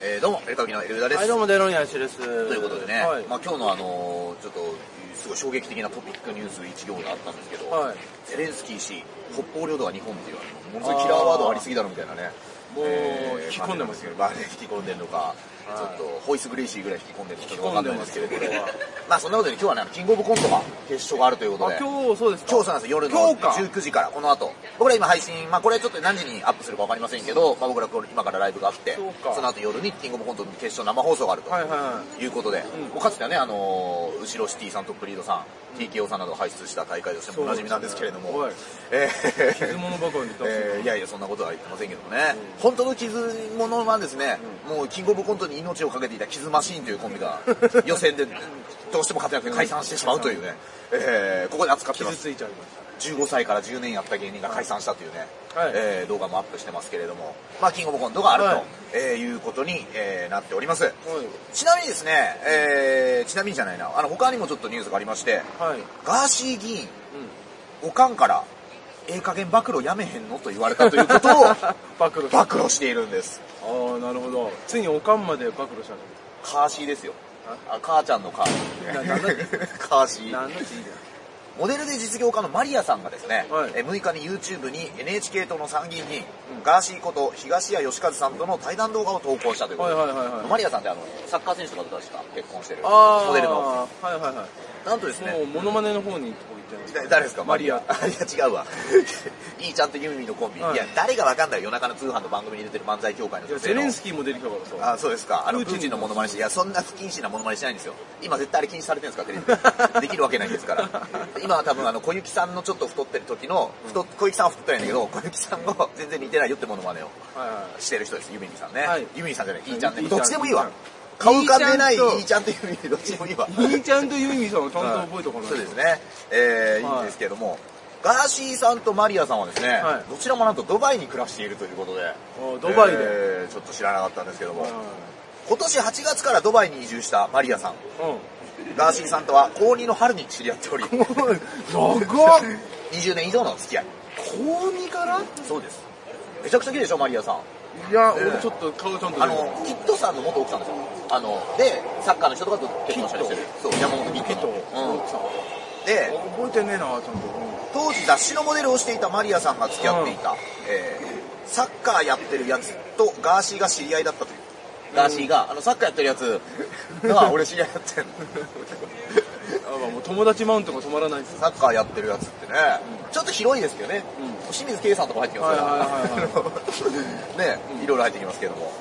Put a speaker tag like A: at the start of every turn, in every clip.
A: えー、どうも、エルカブキのエルウダです。
B: はい、どうも、デロニアシです。と
A: ということでね、
B: はい。
A: まあ今日のあのーちょっと、すごい衝撃的なトピックニュース1行があったんですけど、
B: はい
A: ゼレンスキー氏、北方領土は日本っていう、あのものすごいキラーワードありすぎだろみたいなね。
B: もう引き込んでますよ
A: まあね、引き込んでるのか、
B: はい
A: ちょっと、ホイス・グレイシーぐらい引き込んでるのかちょっとわかんないですけれども
B: 引き込んでますよこ、
A: まあそんなことで今日はね、あのキングオブコントが決勝があるということ
B: あ
A: で、、
B: 今日、そうですか。
A: 今日そうなんですよ、夜の
B: 今日か
A: 19時から、この後。僕ら今配信、まあこれちょっと何時にアップするかわかりませんけど、まあ僕らこれ今からライブがあって
B: そう、か
A: その後夜にキングオブコントの決勝生放送があると。
B: はいはいは
A: いうことで、
B: うん
A: もうかつてはね、あのー後ろシティさん、トップリードさん、TKO さんなどを輩出した大会としてもおなじみなんですけれども、
B: そうで
A: えー
B: い。傷物ばかり見た。
A: えーいやいや、そんなことは言ってませんけどもね、本当の傷物はですね、もうキングオブコントに命をかけていた傷マシーンというコンビが予選でどうしても勝てなくて解散してしまうというね、えーここで扱ってま
B: 傷
A: す。
B: ついちゃいまし
A: 15歳から10年やった芸人が解散したというね、
B: はい
A: えー動画もアップしてますけれども、まあ、キングオブコントがあると、
B: はい
A: えーいうことに、えーなっております、
B: た。はい。
A: ちなみにですね、えー、ちなみにじゃないな、あの、他にもちょっとニュースがありまして、
B: はい。
A: ガーシー議員、
B: うん。
A: おかんから、ええ加減暴露やめへんのと言われたということ を、
B: 暴露した。
A: 暴露しているんです。
B: ああ、なるほど。ついにおかんまで暴露したの。
A: カーシーですよ。あ、母ちゃんのカーシ
B: ななんだっ
A: ー、ね。 カーシー。
B: 何のついだよ。
A: モデルで実業家のマリアさんがですね、
B: はい
A: えー6日に YouTube に NHK 党の参議院議員、ガーシーこと東谷義和さんとの対談動画を投稿したということで、
B: はいはいはいはい
A: マリアさんってあの、サッカー選手とかと確か結婚してる、
B: ああ。
A: モデルの。
B: はいはいは
A: なんとです
B: い。
A: ね
B: も、う、モノマネの方にとこ行ってます。
A: だ誰ですか
B: マリア
A: いや違うわ いいちゃんとユーミンのコンビ、
B: はい
A: い、や誰がわかんない夜中の通販の番組に出てる漫才協会の
B: いや、
A: 女性
B: ゼ
A: の
B: レンスキーも出てきたからさ。
A: あそうですかあの
B: プ
A: プ
B: ーチン
A: ーチンのモノマネしていやそんな不謹慎なモノマネしないんですよ今絶対あれ禁止されてるんですかテ レビでできるわけないんですから今は多分あの小雪さんのちょっと太ってる時の太っ小雪さんは太ってないんだけど小雪さんが全然似てないよってモノマネを
B: はいはい。
A: してる人ですユミンさんね、
B: はい
A: ユミンさんじゃないいいちゃんね
B: いいちゃ
A: どっ
B: ん
A: ちでもいいわ顔浮かんでない
B: いいちゃんと
A: いいちゃんとユミンどっちでもいいわ
B: 兄ちゃんとユーミンさんはちゃんと覚えとかないと
A: そうです。ね。えーい、
B: はい
A: いんですけれども、ガーシーさんとマリアさんはですね、
B: はい
A: どちらもなんとドバイに暮らしているということで、
B: おドバイで
A: えーちょっと知らなかったんですけども、
B: は
A: 今年8月からドバイに移住したマリアさん、
B: い。うん。
A: ガーシーさんとは高2の春に知り合っており、
B: おい、 長っ
A: 20年以上の付き合い。
B: 高二から
A: そうです。めちゃくちゃ綺麗でしょ、マリアさん。
B: いや、
A: ええ
B: 俺ちょっと顔ちゃんと
A: あの、キッドさんの元奥さんですよ。あの、で、サッカーの人とかと結婚したりしてる。そう、山本キッ
B: ピッ
A: ド
B: ト、
A: の。うん
B: 奥さん。
A: で、
B: 覚えてねえな、ちゃんと。
A: 当時雑誌のモデルをしていたマリアさんが付き合っていた、えーサッカーやってるやつとガーシーが知り合いだったという。ガーシーが、あの、サッカーやってるやつが、俺知り合いだってんの。
B: あまあもう友達マウントが止まらないです。
A: サッカーやってるやつってね、ちょっと広いですけどね、清水圭さんとか入ってきます
B: はいはいはい
A: から、ね、 いろいろ入ってきますけども。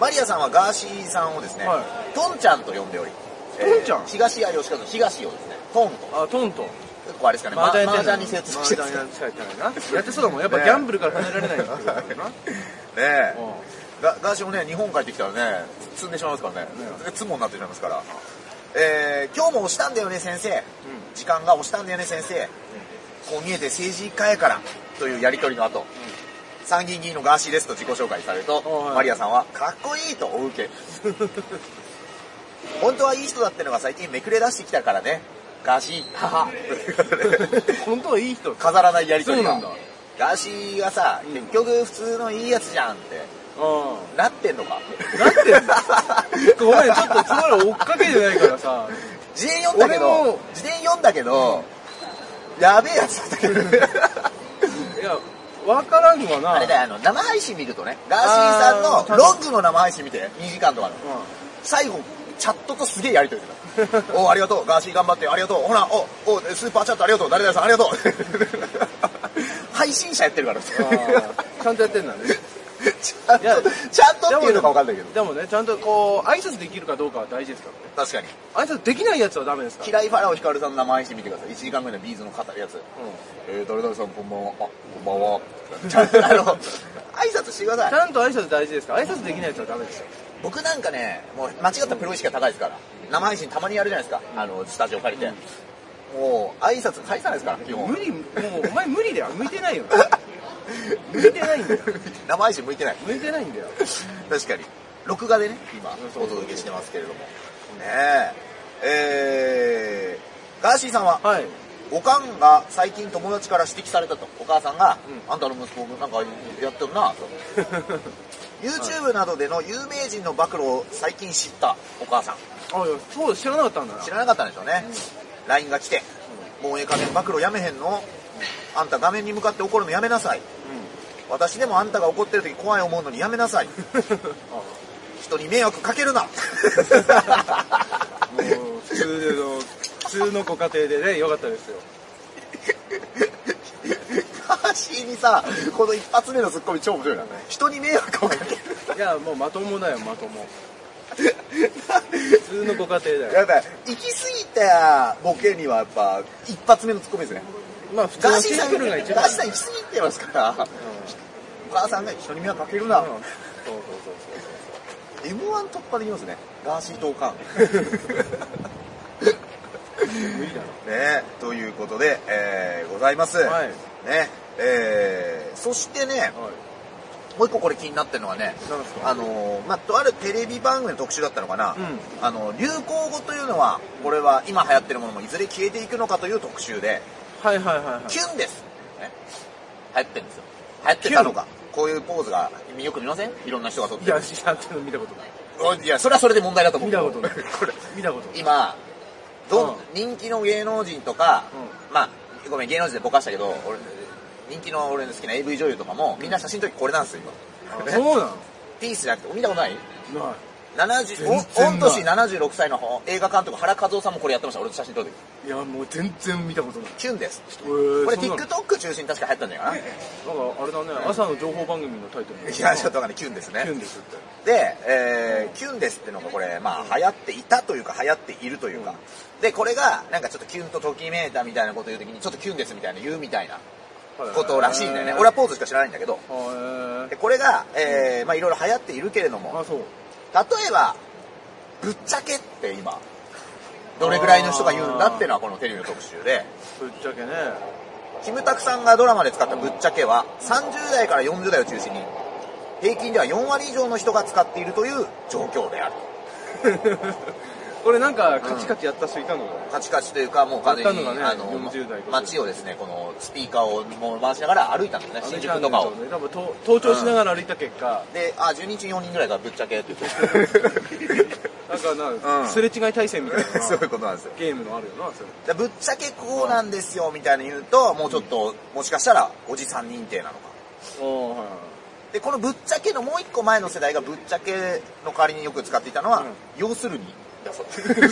A: マリアさんはガーシーさんをですね、
B: は
A: トンちゃんと呼んでおり、
B: トンちゃん
A: 東谷義和の東をですね、トンと、
B: あ、トントン。
A: こうあれですかね、マージャンに精通してる
B: マ
A: ん
B: ー
A: で
B: ジ
A: すか
B: ャ
A: ね
B: ンに精通してないな。やってそうだもん。やっぱギャンブルから離れられないんですよな。
A: ね
B: うん
A: ガガーシーもね、日本帰ってきたらね、積んでしまいますからね。積もになってしまいますから。えー、今日も押したんだよね、先生。時間が押したんだよね、先生。こう見えて政治家やから、というやりとりの後、参議院議員のガーシーですと自己紹介されると、
B: あはい
A: マリアさんは、かっこいいとお受け。 本当はいい人だってのが最近めくれ出してきたからね。ガーシー、 はは。
B: 本当はいい人。
A: 飾らないやりとりが
B: そうなんだ
A: ガーシーがさ、結局普通のいいやつじゃんって。
B: う
A: なってんのか
B: ん。なってんだ。ごめん、ちょっとつまり追っかけてないからさ。
A: 自伝読んだけ
B: 俺
A: ど
B: も、
A: 自伝読んだけど、やべえやつだったけど、
B: いや、わからんわな。
A: あれだよ、あの、生配信見るとね、ガーシーさ
B: あ
A: んの
B: ー
A: ロングの生配信見て、2時間とかの。
B: うん。
A: 最後、チャットとすげえやりとりして た。お、ありがとう、ガーシー頑張って、ありがとう、ほら、お、お、スーパーチャットありがとう、誰々さんありがとう。 配信者やってるから、
B: あーちゃんとやってんだね。
A: ちゃんと
B: いや、
A: ちゃんとっていうのかわかんないけど。
B: でもね、ちゃんとこう、挨拶できるかどうかは大事ですからね。
A: 確かに。
B: 挨拶できないやつはダメですから。
A: 嫌いファラオヒカルさんの生配信見てください。1時間ぐらいのビーズの語るやつ。
B: うん
A: えー、誰々さんこんばんは。あ、こんばんは。ちゃん と、あの、挨拶してください
B: ち。ゃんと挨拶大事ですから、挨拶できないやつはダメですよ。
A: 僕なんかね、もう間違ったプロ意識が高いですから、生配信たまにやるじゃないですか、あの、スタジオ借りて。もう、挨拶返さないですから、基
B: 無
A: 本。
B: 理、もうお前無理だよ。向いてな いよ。向いてないんだよ。
A: 生配信向いてない。
B: 向いてないんだよ。
A: 確かに。録画でね、今、
B: そう
A: お届けしてますけれども。ねえ。えー、ガーシーさんは、
B: はい。
A: おかんが最近友達から指摘されたと。お母さんが、
B: う
A: あんたの息子なんかやってるなと。 YouTube などでの有名人の暴露を最近知ったお母さん
B: あいやそう知らなかったんだな
A: 知らなかったんでしょうね、LINE が来て「もうええ加減暴露やめへんのあんた画面に向かって怒るのやめなさい私でもあんたが怒ってる時怖い思うのにやめなさ い人に迷惑かけるな
B: うんもう普通の普通のご家庭でねよかったですよ
A: ハッシーにさこの一発目のツッコミ超面白いな人に迷惑をかける
B: いやもうまともだよまとも普通のご家庭だよ
A: やっぱ行き過ぎたボケにはやっぱ一発目のツッコミですね
B: まあ普通
A: ガ
B: の
A: ーシ
B: シ
A: ーさ
B: ン
A: ん
B: プ
A: ガ
B: ルが
A: ー
B: 一
A: シー
B: 番
A: さん行き過ぎてますからお母さんが人に迷惑かけるな、
B: うんうんそうそうそうそう
A: m 1突破できますねガーシー投函
B: 無理だ
A: ねということで、えーございます、
B: はい
A: ねえーそしてね
B: ろはい
A: もう一個これ気になってるのはね
B: 何ですか
A: あのーまあ、とあるテレビ番組の特集だったのかな、
B: う
A: あの流行語というのはこれは今流行ってるものもいずれ消えていくのかという特集で
B: はいはいはいはい
A: キュンです、ね、流行ってるんですよ流行ってたのかこういうポーズがよく見ませんいろんな人が撮って
B: い
A: る
B: や知らんっての見たことない
A: おいやそれはそれで問題だと思う
B: 見たことない
A: これ
B: 見たことない
A: 今どん
B: うん
A: 人気の芸能人とか、まあごめん芸能人でぼかしたけど俺人気の俺の好きな AV 女優とかもみんな写真の時これなんですよ
B: あ
A: 今
B: そうな
A: ピースじゃなくて見たことない
B: のない
A: 70
B: 全然ない
A: 御御年76歳の映画監督原和夫さんもこれやってました俺の写真撮る時
B: いやもう全然見たことない
A: キュンです
B: えー
A: これ
B: そんなの
A: TikTok 中心に確か流行ったんじゃないか
B: なんかあれだね、朝の情報番組のタイトル
A: ないやちょっとわかんないキュンですね
B: キュンですって
A: で、えーキュンですってのがこれ、まあ、流行っていたというか、流行っているというか、で、これが、なんかちょっとキュンとときめいたみたいなこと言うときに、ちょっとキュンですみたいな言うみたいなことらしいんだよね。俺はポーズしか知らないんだけど、
B: は
A: でこれが、えーまあ、いろいろ流行っているけれども、
B: あそう
A: 例えば、ぶっちゃけって今、どれぐらいの人が言うんだっていうのはこのテレビの特集で、
B: ぶっちゃけね
A: キムタクさんがドラマで使ったぶっちゃけは、30代から40代を中心に、平均では4割以上の人が使っているという状況である。
B: これなんかカチカチやった人いたのか
A: カチカチというか、もう完全に、
B: やったのが
A: あ
B: ね
A: の
B: 40代、とか
A: 街をですね、このスピーカーをもう回しながら歩いたんですね、
B: な
A: 新宿とかを。
B: ね多分と登頂しながら歩いた結果、
A: で、あ、12人4人ぐらいがぶっちゃけって言って。
B: なんかなんか、
A: うん
B: すれ違い対戦みたい な
A: そういうことなんですよ。
B: ゲームのあるよなそれ
A: でぶっちゃけこうなんですよ、みたいに言うと、もうちょっと、もしかしたら、おじさん認定なのか。
B: おはい
A: で、このぶっちゃけのもう一個前の世代がぶっちゃけの代わりによく使っていたのは、
B: うん
A: 要するに。
B: 嘘つけ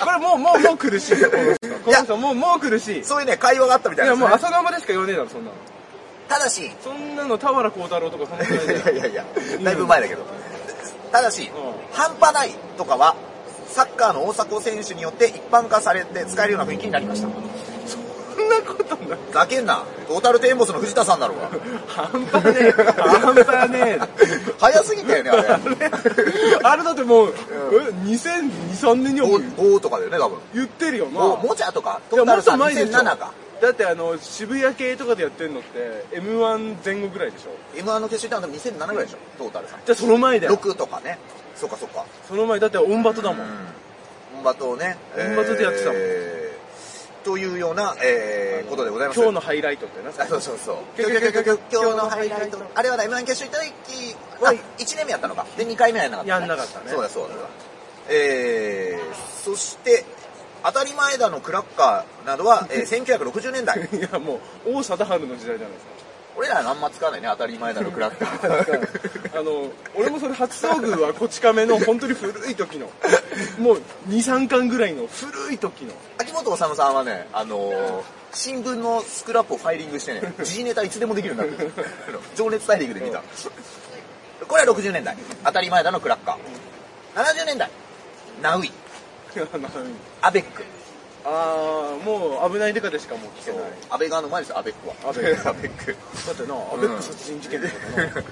B: これもうもうもう苦し いよこの人この人もうもう苦しいい
A: そういうね、会話があったみたいな
B: や
A: んです
B: も
A: ね、
B: う朝生でしか言わねえだろそんなの
A: ただし、
B: そんなの俵光太郎とかそんなの
A: いやいやいや、だいぶ前だけど。ただし、
B: う
A: 半端ないとかは、サッカーの大迫選手によって一般化されて使えるような雰囲気になりました。
B: そんなことない
A: ざけんな、トータルテンボスの藤田さんだろうが。
B: 半端ねえ半端ねえ
A: 早すぎたよ ね、あれ。
B: あれだってもう、え2002,3年にはもう
A: 5とかだよね、多分。
B: 言ってるよな。
A: ももちゃとか、トータルさん2007か。
B: だってあの、渋谷系とかでやってるのって、M1 前後ぐらいでしょ
A: M1 の決勝行ったの多分2007ぐらいでしょ、トータルさん。
B: じゃあその前だよ。
A: 6とかね。そうかそうか。
B: その前、だってオンバトだもん。
A: 本場とね。
B: 本場とでやってたもん
A: えーというような、えーことでございます。
B: 今日のハイライトってな。
A: あそうそうそう
B: 今
A: 今
B: 日
A: 日
B: 今日今日今日今日
A: のハイライトあれはだ M1 決勝行った時は1年目やったのかで2回目はやんなかった
B: やんなかったね
A: そうだそうだそうだえー、そして当たり前だのクラッカーなどは、 えー、1960年代
B: いや、もう、王貞治の時代じゃないですか。
A: 俺らあんま使わないね当たり前だのクラッカ
B: だか
A: ー
B: らあの、俺もそれ初遭遇はこち 亀の本当に古い時の、もう2、3巻ぐらいの古い時の。
A: 秋元治さんはねあのー新聞のスクラップをファイリングしてね、 時事ネタいつでもできるようになる。あの 情熱大陸で見た。これは60年代。当たり前だのクラッカー。70年代。ナウイ。アベック。
B: ああもう危ないデカでしかもう聞けない
A: 安倍側の前ですよ、アベックは。
B: 安 倍
A: アベック。
B: だってなアベック殺人事件とかな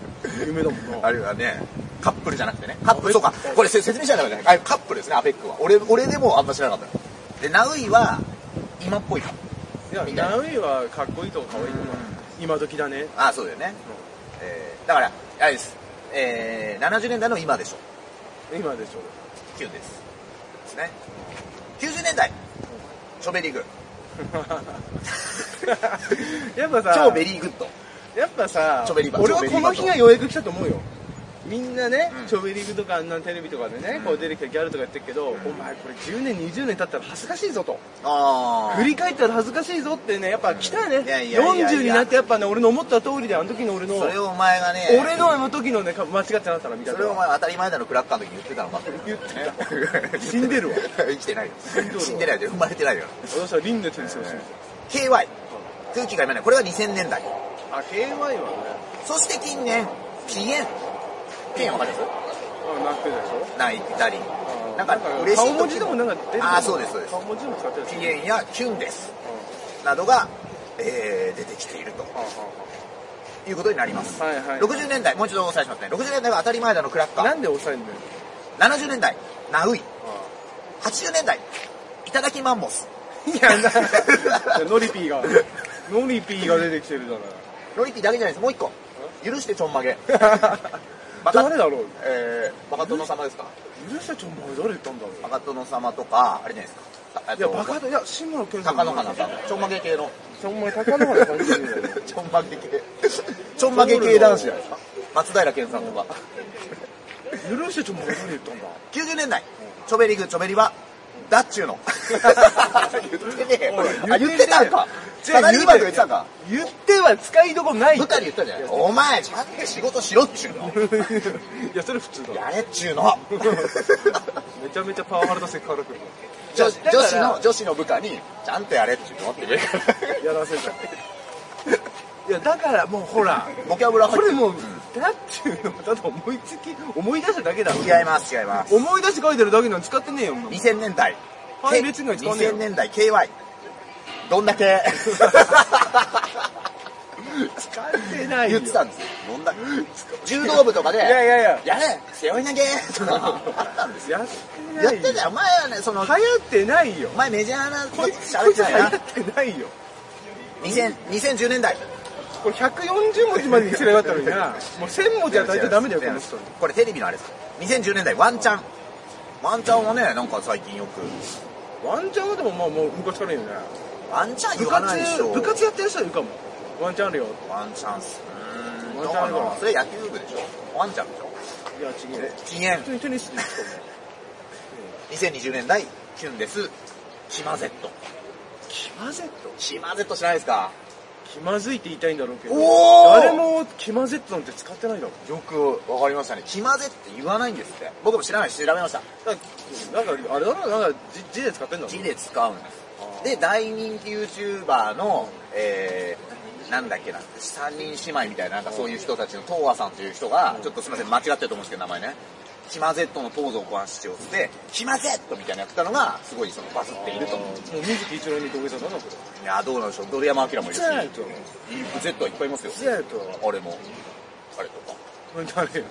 B: 夢だもんな
A: あるいはね、カップルじゃなくてね。カップル、
B: アベ
A: そ
B: ッ
A: う
B: ク
A: か。これせ説明しないとダメだね。あカップルですね、アベックは。俺、俺でもあんま知らなかったので、ナウイは、今っぽいか。
B: いやナウイはかっこいいとかかわいいとか今時だね
A: あ、そうだよね。えーだから、あれです。えー、70年代の今でしょ。
B: 今でしょ
A: キュンです。ですね。90年代、チョベリーグ。
B: やっぱさ
A: 超ベリーグッド。
B: やっぱさ
A: チョベリバ
B: 俺は
A: チョベ
B: こ
A: リバ
B: の日がようやく来たと思うよみんなね
A: うん、
B: チョベリグとかあんなテレビとかでね、こう出てきたギャルとかやってるけど、お前これ10年、20年経ったら恥ずかしいぞと。
A: ああ
B: 振り返ったら恥ずかしいぞってね、やっぱ来たね。
A: いやいやいやいや
B: 40になってやっぱね、俺の思った通りで、あの時の俺の、
A: それをお前がね
B: 俺のあの時のね、間違ってなかったらみたい
A: そ
B: な
A: れをお。前当たり前だろクラッカーの時に言ってたのか
B: 言って
A: た
B: 死んでるわ
A: 生きてないよ
B: んどるわ
A: 死んでないよ生まれてないよ
B: 私は輪廻転生をしてる
A: KY 空気が読めないこれが2000年代
B: あ、KY はね、
A: そして近年 PN PN わかりま
B: あなってたでしょ
A: す泣いたり
B: あ
A: なんか嬉しい時
B: 顔文字でもなんか出てる
A: あーそうですそうです
B: 顔文字でも使ってるでしょ
A: PN やキュンです
B: うん
A: などが、えー出てきていると
B: は
A: いうことになります、
B: はいはい
A: 60年代もう一度お伝えしますね60年代は当たり前だのクラッ
B: あ
A: カ
B: はあな
A: ー
B: んで抑えんのよ
A: 70年代ナウイ80年代いただきマンモス
B: いやなノリピーがノリピーが出てきてるじゃ
A: ロリピだけじゃないですもう一個許してちょんま げ
B: ない
A: また
B: 誰だろう
A: えー、バカ殿様ですか
B: 許したちょんまげ誰言ったんだろ
A: バカ殿様とかあれじゃないですかたえっ
B: うい
A: と
B: やバカだいや志村けんさん
A: 高野花さんちょんまげ系の
B: ちょんまげ高野花さんじゃねえだろ
A: ちょんまげ系 ちょんまげ系男子じゃないですか松平健さんとか
B: 許したちょんまげ誰言ったんだ
A: 90年代チョベリグチョベリはダッチ ューの言ってねえよあ言ってたんかサラリーマンとか言ってたんか
B: 言っては使いどころない
A: 部下に言ったじゃないお前ちゃんと仕事しろっちゅうの
B: いやそれ普通だ
A: やれっちゅう の
B: めちゃめちゃパワハラだセクハラくん
A: 女子女子の女子の部下にちゃんとやれっちゅうのって言うから
B: やらせたいやだからもうほら
A: ボキャブラ入
B: こ
A: って
B: れ
A: る
B: もうだっていうのもただ思いつき思い出しただけだろ
A: 違います違います
B: 思い出して書いてるだけなのに使ってねえよ
A: 2000年代
B: はい列には使わねえよ
A: 2000年代 KY どんだけ
B: 使ってない
A: 言ってたんですよどんだけ柔道部とかで
B: いやいやいや
A: やれ背 負い投げとかあったんですよ
B: やって
A: やって
B: ないよ
A: たよお前はねその
B: 流行ってないよ
A: お前メジャーなこ
B: こ
A: と
B: いつ
A: 喋ってないな
B: 流行ってないよ
A: 2000 2010年代
B: これ140文字までにすればよかったのになもう1000文字は大体ダメだよこの人
A: これテレビのあれです2010年代ワンチャンワンチャンはねなんか最近よく
B: ワンチャンはでもまあもう昔からいいよね
A: ワンチャン
B: 部
A: 言わないでし
B: 活
A: ょ
B: 部活やってる人はいるかもワンチャンあるよ
A: ワンチャンっすうーん
B: ワンチャンあるわ
A: それ野球部でしょワンチャンでしょ
B: いや違う
A: 禁煙
B: 普通にテニスですか
A: 2020年代キュンですキマゼット
B: 気まぜっと
A: キマゼット知らないですか
B: 気まずいって言いたいんだろうけど
A: おー
B: 誰も気まぜっとなんて使ってないだろ
A: よくわかりましたねキマゼって言わないんですって僕も知らないし調べました
B: だからなんかあれだろなんか字字で使ってんだろ
A: 字で使うんですで大人気 YouTuber のえーなんだっけな三人姉妹みたいななんかそういう人たちの東和さんという人がちょっとすみません間違ってると思うんですけど名前ねキマゼットのポーズを考案しようって言ってキマゼットみたいなのやってたのがすごいそのバズっていると思う
B: もう水木一郎に土下座だなこ
A: いやどうなんでしょうドル山明もい
B: れ
A: るし
B: やと
A: Z はいっぱいいますよ
B: じゃあと
A: あれもあれとか
B: これ誰よ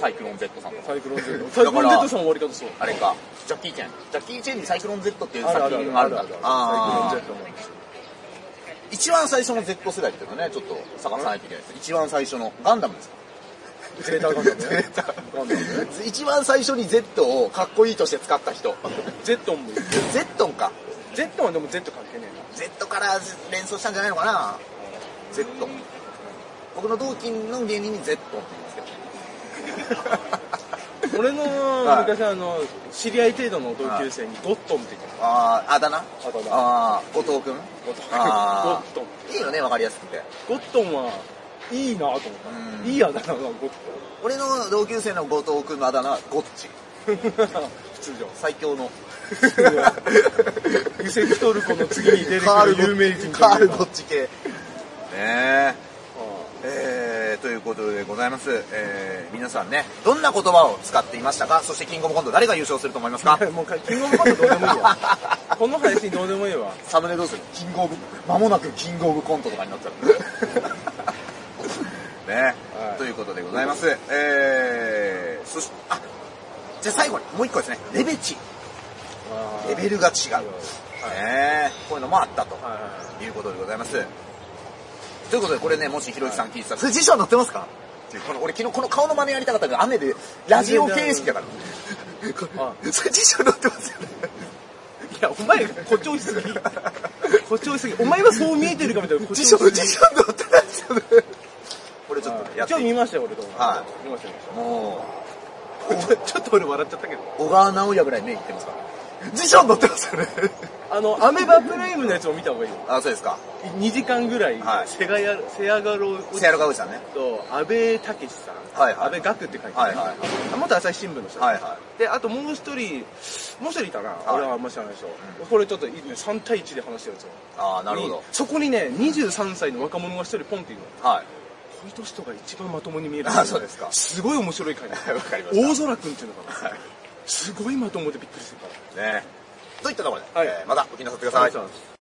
A: サイクロン Z さんとか
B: サイクロン Z サイクロン Z さん終わり方そう
A: あれかジャッキー・チェンジャッキー・チェンにサイクロン Z っていう
B: あるあ
A: 作
B: る
A: 品が
B: あ
A: あるん
B: る
A: だ
B: ある
A: あ
B: サイ
A: ー
B: クロン Z も
A: 一番最初の Z 世代っていうのはねちょっと探さないといけないです一番最初のガンダムですか
B: ゼータガンダムね
A: ゼータ
B: ガンダムね
A: 一番最初に Z をかっこいいとして使った人
B: Z もいる
A: Z か
B: Z はでも Z 関係ね
A: Z から連想したんじゃないのかな Z 僕の同期の芸人に Z って言うんですけど
B: えな俺の
A: はい
B: 昔あの知り合い程度の同級生にゴットンって言って
A: あああだ名
B: たあだ名
A: ああ後藤君
B: ゴットン
A: あ
B: ゴットン
A: ーいいよねわかりやすくて
B: ゴットンはいいなと思った、
A: うん
B: いいやだなゴットン
A: 俺の同級生の後藤君のあだ名はゴッチ
B: 普通じ ゃん
A: 最強 の
B: ユセフトルコの次に出て
A: カー
B: く
A: ル
B: る有名人
A: カール
B: あ
A: ゴッチ系ねええー、ということでございます、えー、皆さんねどんな言葉を使っていましたかそしてキングオブコント誰が優勝すると思いますか
B: あ もうキングオブコントどうでもいいわこの配信どうでもいいわ
A: サムネどうするキングオブ間もなくキングオブコントとかになっちゃう ね、
B: はい
A: ということでございますえー、そしあじゃあ最後にもう一個ですねレベチレベルが違う、ねえこういうのもあったと、
B: はいはい
A: いうことでございます。ということで、これね、もしひろゆきさん聞いてたら、それ辞書に載ってますかっていうこの俺昨日この顔の真似やりたかったけど、雨で、ラジオ形式だから。これそれ辞書に載ってますよね。
B: いやお前誇張しすぎ誇張しすぎお前はそう見えてるかみたいな誇
A: 辞
B: 張
A: 書、
B: し
A: 辞
B: す
A: 書に載ってないですよね。これちょっとね、やって
B: 今日
A: い
B: 見
A: き
B: ましたよ、俺と。
A: は
B: 見ました、見ま
A: も
B: し た。ちょちょっと俺笑っちゃったけど。
A: う、小川直也ぐらい目いってますから。辞書に載ってますよね。
B: あの、アメバプライムのやつも見た方がいいよ。
A: あ、そうですか。
B: 2時間ぐらい、
A: はい
B: セガヤ、セアガロおじ
A: セアルカウさんね。
B: と、安倍武さん、
A: はいはい
B: 安倍学って書いて
A: はいはい
B: あ元朝日新聞の人、
A: はいは
B: で、あともう一人、もう一人いたな、
A: い
B: 俺はあんま知らないでしょ。これちょっといいね3対1で話してるやつを。
A: ああ、なるほ
B: に
A: ど。
B: そこにね、23歳の若者が一人ポンっているの。
A: はい。
B: こういう年とか一番まともに見える。
A: あそうですか
B: すごい面白い回だ
A: わかりました
B: 大空くんっていうのかな。
A: はい
B: すごいまともでびっくりするから。
A: ねといったところで、
B: はい
A: えーまたお気になさってください。
B: ありがとうございます